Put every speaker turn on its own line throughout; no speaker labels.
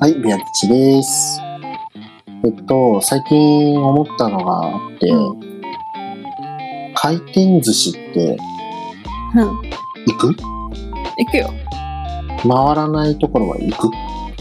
はい、ビアリッチです。えっと、最近思ったのがあって、回転寿司って
うん。
行く
行くよ。
回らないところは行く
行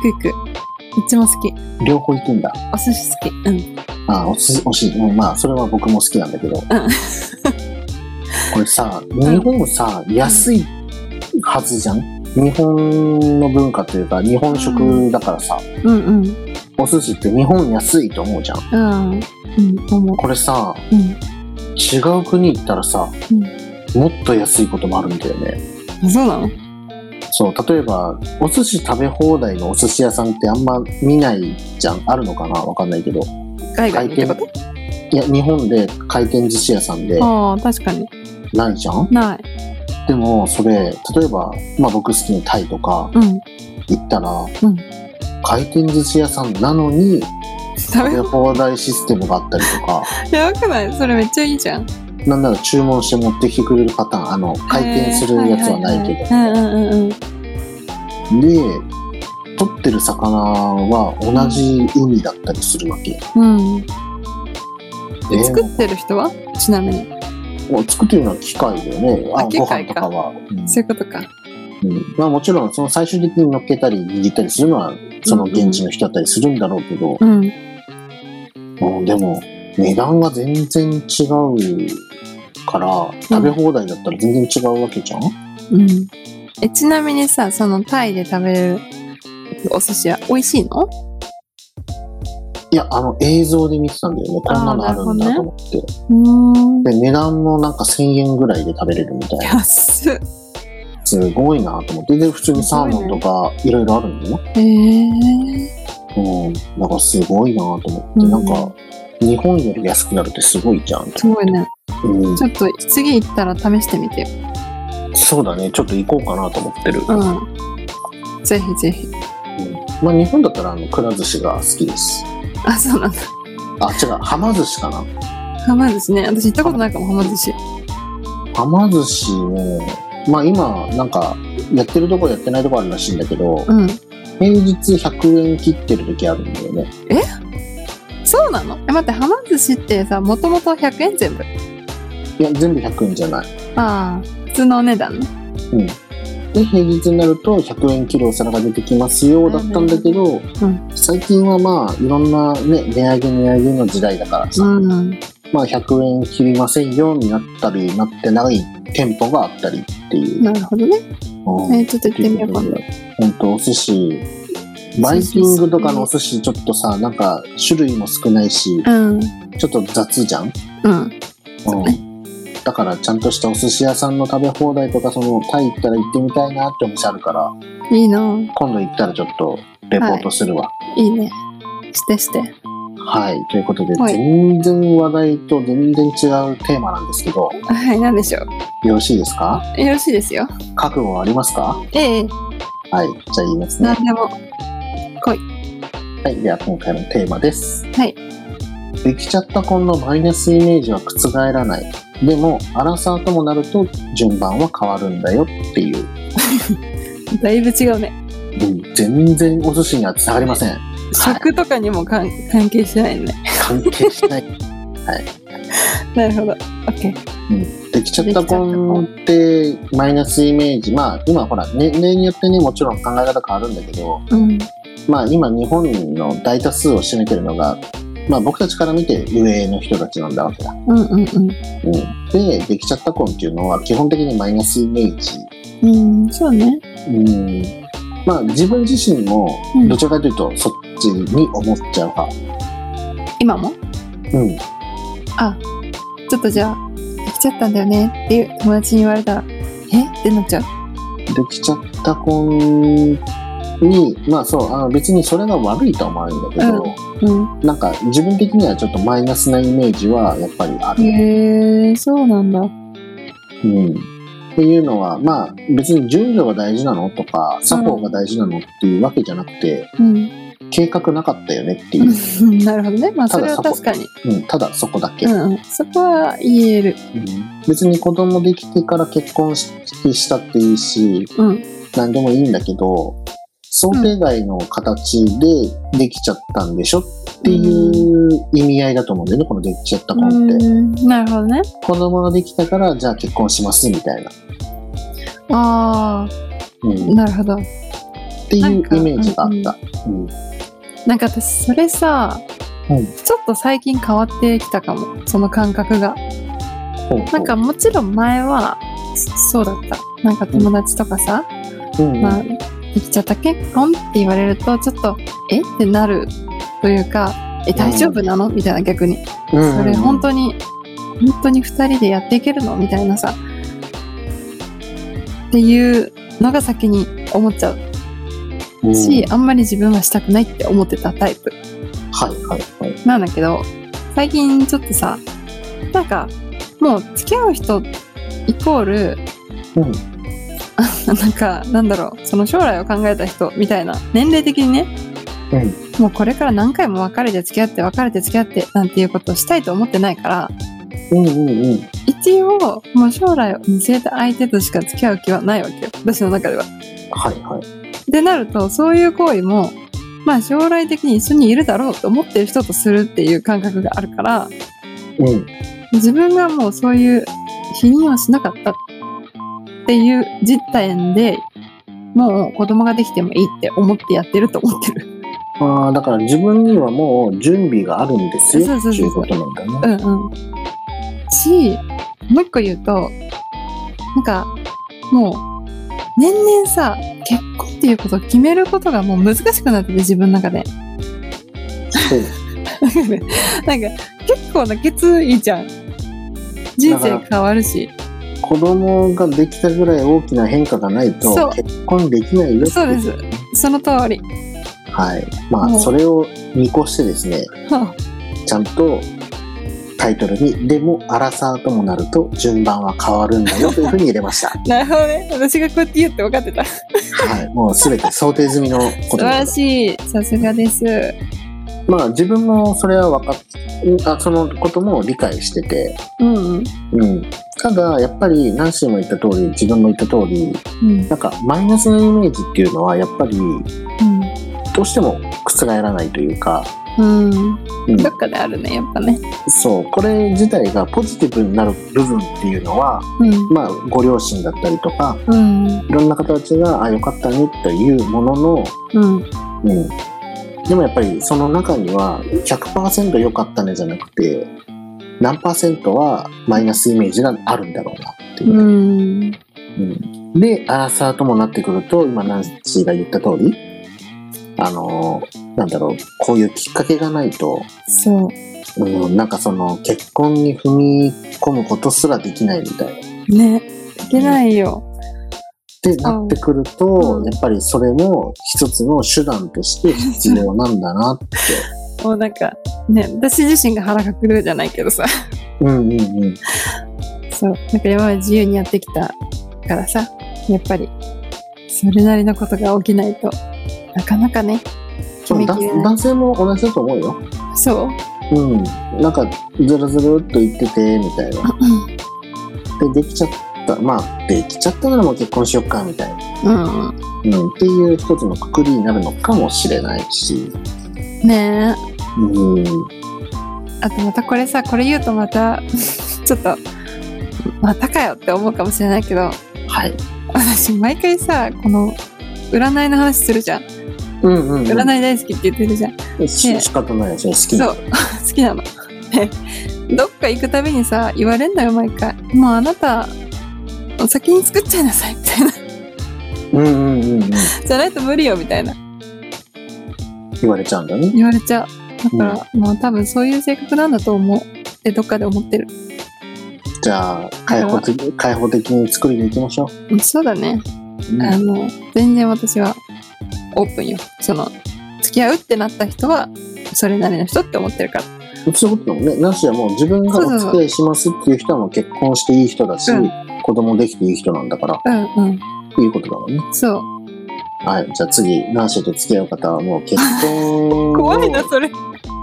く行く。どっちも好き。
両方行くんだ。
お寿司好き。うん。
あ、おし、おしい。うん、まあ、それは僕も好きなんだけど。 これさ、日本さ、安いはずじゃん日本の文化というか、日本食だからさ、
うんうん。
お寿司って日本安いと思うじゃん。
うん。うん。思う。
これさ、
うん。
違う国行ったらさ、
うん
もっと安いこともあるんだよね。
あそうなの
そう、例えば、お寿司食べ放題のお寿司屋さんってあんま見ないじゃん。あるのかなわかんないけど。
海外にってこ
いや、日本で回転寿司屋さんで
とああ、確かに。
ないじゃん
ない。
でも、それ、例えば、まあ僕好きにタイとか
うん。
行ったら、
ん
回転寿司屋さんなのに
食
食べ放題システムがあったりとか、
べ、やばくないそれめっちゃいいじゃん。
なんなら注文して持ってきてくれるパターン、あの、回転するやつはないけど。
へーはいはいはいうんうんうんうん。
で取ってる魚は同じ海だったりするわけ、
うん、
えー
作ってる人はちなみに
もう作ってるのは機械だよねあ
あ機
ご飯
械
と
か
かは、
そういうことか
うんうんまあ、もちろんその最終的に乗っけたり握ったりするのはその現地の人だったりするんだろうけど、
うん
うんでも値段が全然違うから食べ放題だったら全然違うわけじゃん、
うんえちなみにさそのタイで食べるお寿司は美味しいの
いやあの映像で見てたんだよねこんなのあるんだと思って、
うん
で値段もなんか1000円ぐらいで食べれるみたいな
安っ
すごいなと思って。で、普通にサーモンとかいろいろあるんだよね。
えー、
うん。だからすごいなと思って。
うん
なんか、日本より安くなるってすごいじゃん。
すごいね
うん
ち。ょっと次行ったら試してみてよ
そうだね。ちょっと行こうかなと思ってる。
うんぜひぜひ
まあ、日本だったら、あの、くら寿司が好きです。
あそうなんだ
あ、違う。はま寿司かな。
はま寿司ね私行ったことないかもはま寿司
はま寿司ね。まあ、今、なんか、やってるとこやってないとこあるらしいんだけど、
うん
平日100円切ってる時あるんだよね。
そうなのえ待ってはま寿司ってさもともと100円全部
いや、全部100円じゃない。
ああ普通のお値段ね
うん。で、平日になると100円切るお皿が出てきますよだったんだけど、
うん
最近はまあいろんなね値上げ値上げの時代だからさ、
うん
まあ100円切りませんよになったりなってない店舗があったりっていう、
なるほどね。
うん
えーちょっと行ってみようかな。
本当お寿司バイキングとかのお寿司ちょっとさなんか種類も少ないし
うん。
ちょっと雑じゃん、
うん。うね
うん、だからちゃんとしたお寿司屋さんの食べ放題とかそのタイ行ったら行ってみたいなってお店あるから
いいなぁ
今度行ったらちょっとレポートするわ。
いいね。してして。
はい、ということで、
はい
全然話題と全然違うテーマなんですけど、
はい、なんでしょう。
よろしいですか
よろしいですよ。
覚悟はありますか
ええ
はい、じゃあ言いますね。
なんでも。
はい、では今回のテーマです。
はい。
できちゃった婚のマイナスイメージは覆らない。でも、アラサーともなると順番は変わるんだよっていう。
だいぶ違うね。
うん、全然お寿司にはつながりません。
食とかにも関関係してないね。
関係しない。
なるほど。オッケー。
できちゃった婚ってマイナスイメージまあ今ほらね年齢によってねもちろん考え方変わるんだけど
うん。
まあ今日本の大多数を占めてるのがまあ僕たちから見て上の人たちなんだわけだ、
うんうん
うん、でできちゃった婚っていうのは基本的にマイナスイメージ
うん。うん、そうね。
うんまあ自分自身も
うん
どちらかというとそっちに思っちゃう派
今も
うん
ちょっとじゃあ、できちゃったんだよねっていう友達に言われたら、えってなっちゃう。
できちゃった婚にまあそうあの別にそれが悪いとは思わないんだけど、
うんうん。
なんか自分的にはちょっとマイナスなイメージはやっぱりある。
へえー、そうなんだ。う
うん、っていうのはまあ別に順序が大事なのとか作法が大事なのっていうわけじゃなくて、
ん。
計画なかったよねっていう、
なるほどね。まあ、それは
ただそ
確
こ
かに。
うん、ただそこだけ、
うんうん。そこは言える。
うん別に子供できてから結婚ししたっていいし
うん。
何でもいいんだけど想定外の形でできちゃったんでしょっていう意味合いだと思うんだよね、このできちゃった
う
婚って。
んなるほどね
子供ができたから、じゃあ結婚しますみたいな。
あ
うん
あなるほど
っていうイメージがあった。うん
なんか私それさ、
うん
ちょっと最近変わってきたかもその感覚が
ほうほう
なんかもちろん前はそうだったなんか友達とかさ、
うんうん
まあ、できちゃった結婚って言われるとちょっとえってなるというかえ大丈夫なのみたいな逆に
うん
それ本当に本当に2人でやっていけるのみたいなさっていうのが先に思っちゃう
うん
し、あんまり自分はしたくないって思ってたタイプ
はいはいはい。
なんだけど最近ちょっとさなんかもう付き合う人イコール
うん
なんかなんだろうその将来を考えた人みたいな年齢的にね
うん
もうこれから何回も別れて付き合って別れて付き合ってなんていうことをしたいと思ってないから
うんうんうん。
一応もう将来を見据えた相手としか付き合う気はないわけよ私の中では。
はいはい。
でなるとそういう行為もまあ将来的に一緒にいるだろうと思ってる人とするっていう感覚があるから
うん
自分がもうそういう否認をしなかったっていう実点でもう子供ができてもいいって思ってやってると思ってる。
あーだから自分にはもう準備があるんですよ
そ
っ
う
て
そう
い
そう
う
そう
ことなんだね。
うんうん。し、もう一個言うと、なんかもう年々さ、結婚っていうことを決めることがもう難しくなってて自分の中で。 なんか結構な決意じゃん。人生変わるし。
うん子供ができたぐらい大きな変化がない
そ
と
う
結婚できないよってい
そうです。その通り。
はい。ま
も
あ
う
それを見越してですね、
は
ちゃんとタイトルに「でもアラサーともなると順番は変わるんだよ」というふうに入れ ました。
あ なるほどね。私がこうやって言うって分かってた。
はい。もう全て想定済みのこ
素
と
晴
で
ら
す。
しい。さすがです。
まあ自分もそれは分かっあそのことも理解してて。
うんうん。
うん、ただやっぱりナンシーも言った通り自分も言った通り
うん
なんかマイナスのイメージっていうのはやっぱりどうしても覆らないというか、
うん。うん。
うん
どっかであるね、やっぱね。
そうこれ自体がポジティブになる部分っていうのは、
うん。
まあ、ご両親だったりとか
うん。
いろんな形があ良かったねっていうものの、
うん。
うん、でもやっぱりその中には100%良かったねじゃなくて何パーセントはマイナスイメージがあるんだろうなっていう。
うん。
うんで、アラサーともなってくると、今、ナンシーが言った通り、あのーなんだろう、こういうきっかけがないと、
そう。
うん、なんかその、結婚に踏み込むことすらできないみたいな。っ
ね。いけないよ。
てなってくると、
うん
やっぱりそれも一つの手段として必要なんだなって。
もうなんか、ね、私自身が腹が狂うじゃないけどさ。
うんうんうん。
そう。なんか今まで自由にやってきたからさ。やっぱり、それなりのことが起きないと、なかなかね、決め
だ
きれない。
男性も同じだと思うよ。
そう。
うん。なんか、ずるずるっと言ってて、みたいな。で、できちゃった。まあ、できちゃったならもう結婚しよっか、みたいな。
うん。
うん、っていう一つのくくりになるのかもしれないし、
ねえ。
うん、
あとまたこれさこれ言うとまた ちょっとまたかよって思うかもしれないけど
はい。
私毎回さこの占いの話するじゃん
うんうん、
占い大好きって言ってるじゃん、
い。し仕方ないですね、好き
そう
な。
好きなのでどっか行くたびにさ言われんだよ毎回もうあなたお先に作っちゃいなさいみたいな
うんうんうんうん。
じゃないと無理よみたいな
言われちゃうんだね。
言われちゃうだから、もう多分そういう性格なんだと思うってどっかで思ってる
じゃあ、開放的、開放的に作りに行きましょ
うんそうだね
う。うん
あの全然私はオープンよその付き合うってなった人はそれなりの人って思ってるから
そういうことだもんね。なしはもう自分がお付き合いしますっていう人はもう結婚していい人だし、
うん
子供できていい人なんだから、
うんうん
いいことだもんね。
そう
はい。じゃあ次、ナンシーと付き合う方はもう結婚
怖いな
を
それ
視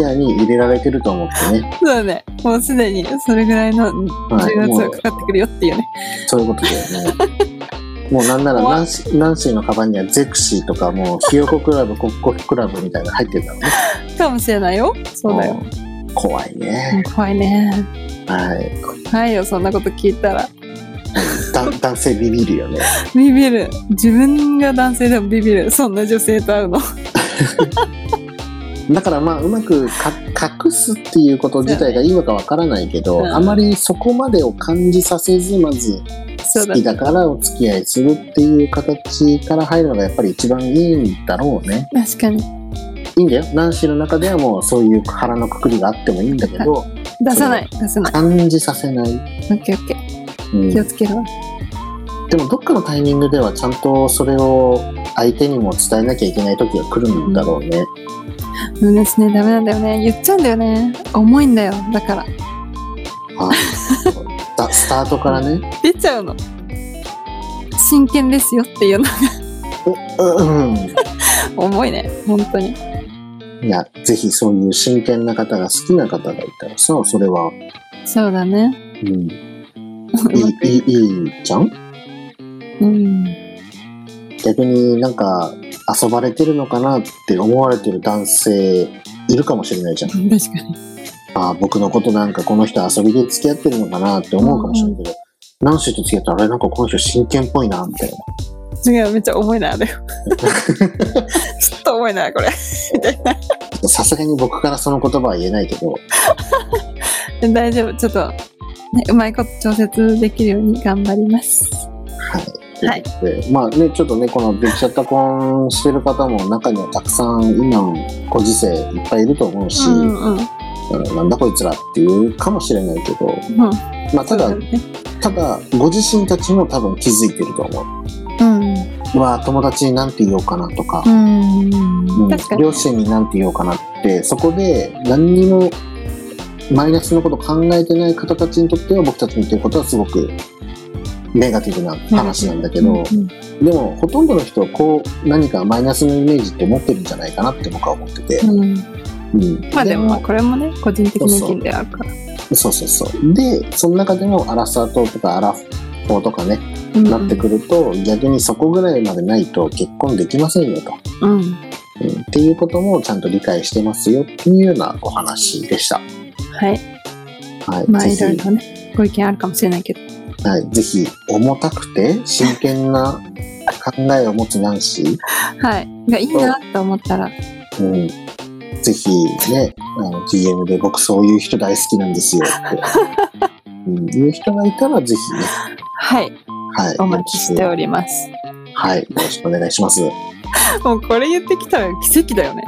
野に入れられてると思ってね。
そうだねもうすでにそれぐらいの重
はい。
圧
も
が
う
かかってくるよっていうね
そういうことだよね。もうなんなら
怖
ナ
っ
ンシーナンシーのカバンにはゼクシーとかもうひよこクラブコッコキクラブみたいなの入ってるんだろうね
かもしれないよ。そうだよ。も
ん怖いうね、
怖いね。
はい
怖いよ、そんなこと聞いたら。
だ男性ビビるよね
ビビる。自分が男性でもビビる。そんな女性と会うの。
だからまあうまくか隠すっていうこと自体がいいのかわからないけど、
うん
あまりそこまでを感じさせずまず
そう
好
だ
き。だからお付き合いするっていう形から入るのがやっぱり一番いいんだろうね
確かに。
いいんだよ男子の中ではもうそういう腹のくくりがあってもいいんだけど
出さない。出さない。
感じさせない、
オッケーオッケー。
うん
気をつけるわ。
でもどっかのタイミングではちゃんとそれを相手にも伝えなきゃいけない時が来るんだろうね、
そうですね。ダメなんだよね。言っちゃうんだよね。重いんだよ。だから。
はいだスタートからね、
出ちゃうの。真剣ですよっていうの。
うんうん
重いね。本当に。
いや、ぜひそういう真剣な方が好きな方がいたらさ、それは、
そうだね。
うん、いい、
う
いい、いいじゃん
ん。
逆になんか遊ばれてるのかなって思われてる男性いるかもしれないじゃん。
確かに。
あー僕のことなんかこの人遊びで付き合ってるのかなって思うかもしれないけど、何種と付き合ったらあれなんかこの人真剣っぽいな、みたいな。
違う、めっちゃ重いな、あれ。ちょっと重いな、これ。
さすがに僕からその言葉は言えないけど、
大丈夫。ちょっと、ね、うまいこと調節できるように頑張ります。
はい。
はい
ということでまあね、ちょっとね、このできちゃった婚してる方も中にはたくさん今のご時世いっぱいいると思うし、
うんうん。
うんなんだこいつらっていうかもしれないけど、
うん、
まあただ、
そうね
ただ、ご自身たちも多分気づいてると思
うん。
う。うわ、友達になんて言おうかなとか、
う。
うんん
確かに。
両親になんて言おうかなって、そこで何にもマイナスのこと考えてない方たちにとっては僕たちの言ってることはすごくネガティブな話なんだけど、
うんうん
でもほとんどの人はこう何かマイナスのイメージって持ってるんじゃないかなって僕は思ってて、
うん
うん
まあでもこれもね個人的な意見であるから
そうそうそうでその中でもアラサー島とかアラフォーとかね、
うん
なってくると逆にそこぐらいまでないと結婚できませんよと、
うん
うんっていうこともちゃんと理解してますよっていうようなお話でした。
はい
はい、
まあい
ぜ
ろい
ひ、
ろねご意見あるかもしれないけど
はい、ぜひ重たくて真剣な考えを持つナンシー
はいがいいなと思ったら
うん、ぜひね、あの DM で僕そういう人大好きなんですよって、 うん、いう人がいたらぜひね、
はい
はい、
お待ちしております
はい、よろしくお願いします。い
もうこれ言ってきたら奇跡だよね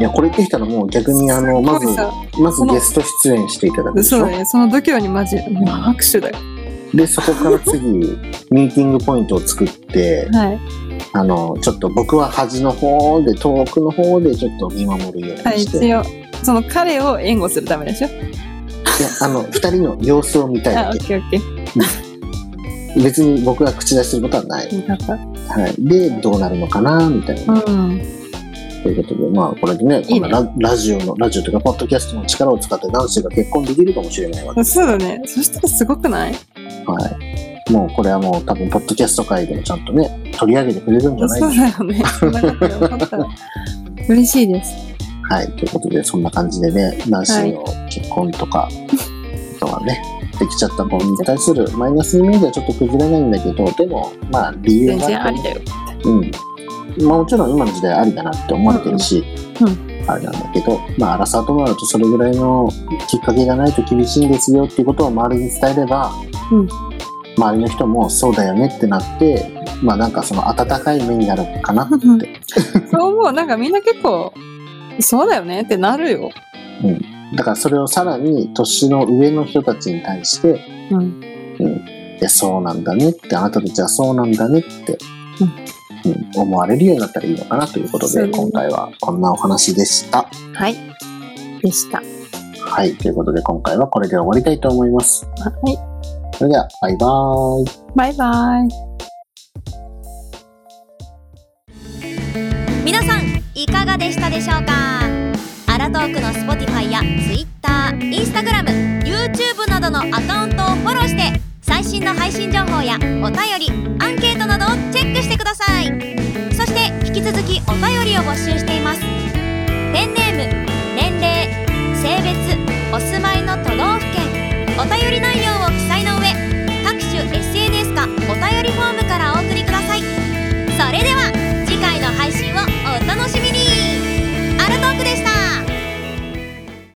や、これできたらもう逆にあの、まず
すごい、さ
まずゲスト出演していただくでし
そう
ょ
だ。ねその度胸にマジもう拍手だよ
で、そこから次、ミーティングポイントを作 って、
はい
あの、ちょっと僕は端の方で、遠くの方でちょっと見守るように
はい
して、い
一応その彼を援護するためでしょ
やあの、二人の様子を見たい
あ
だ
オッケーオッケー
け。別に僕が口出しすることはない。
よかった
はい。で、どうなるのかな、みたいな。
うん
ということで、まあ、これでね、
いいね
こんなララジオの、ラジオというか、ポッドキャストの力を使って男子が結婚できるかもしれないわけです。
そうだねそしたらすごくない
はい。もう、これはもう多分、ポッドキャスト界でもちゃんとね、取り上げてくれるんじゃない
そ
で
う
しょう
だよねそんなことよかったら嬉しいです
か。はい。ということで、そんな感じでね、男子の結婚とか、あとはね、できちゃった婚に対するマイナスイメージはちょっと崩れないんだけど、でも、まあ、理由
全
が
然
あっ
あ
て
りだよ
うん。まあもちろん今の時代ありだなって思われてるし、
うんう
あれなんだけど、まあ、アラサーともなるとそれぐらいのきっかけがないと厳しいんですよっていうことを周りに伝えれば、
うん
周りの人もそうだよねってなって、まあなんかその温かい目になるかなって。
うんそう思う。なんかみんな結構、そうだよねってなるよ。
だからそれをさらに年の上の人たちに対して、
うん。
いや、そうなんだねって、あなたたちはそうなんだねって、うん思われるようになったらいいのかなということ
そう
で、
だね
今回はこんなお話でした。
はい。でした。は
はい。ということで、今回はこれで終わりたいと思います。
い。
それでは、バイバーイ。
バイバイ。
皆さんいかがでしたでしょうかアラトークの Spotify や TwitterInstagram、YouTube などのアカウントをフォローして最新の配最新情報やお便りアンケートなどをチェックしてくださいそして引き続きお便りを募集していますペンネーム年齢性別お住まいの都道府県お便りの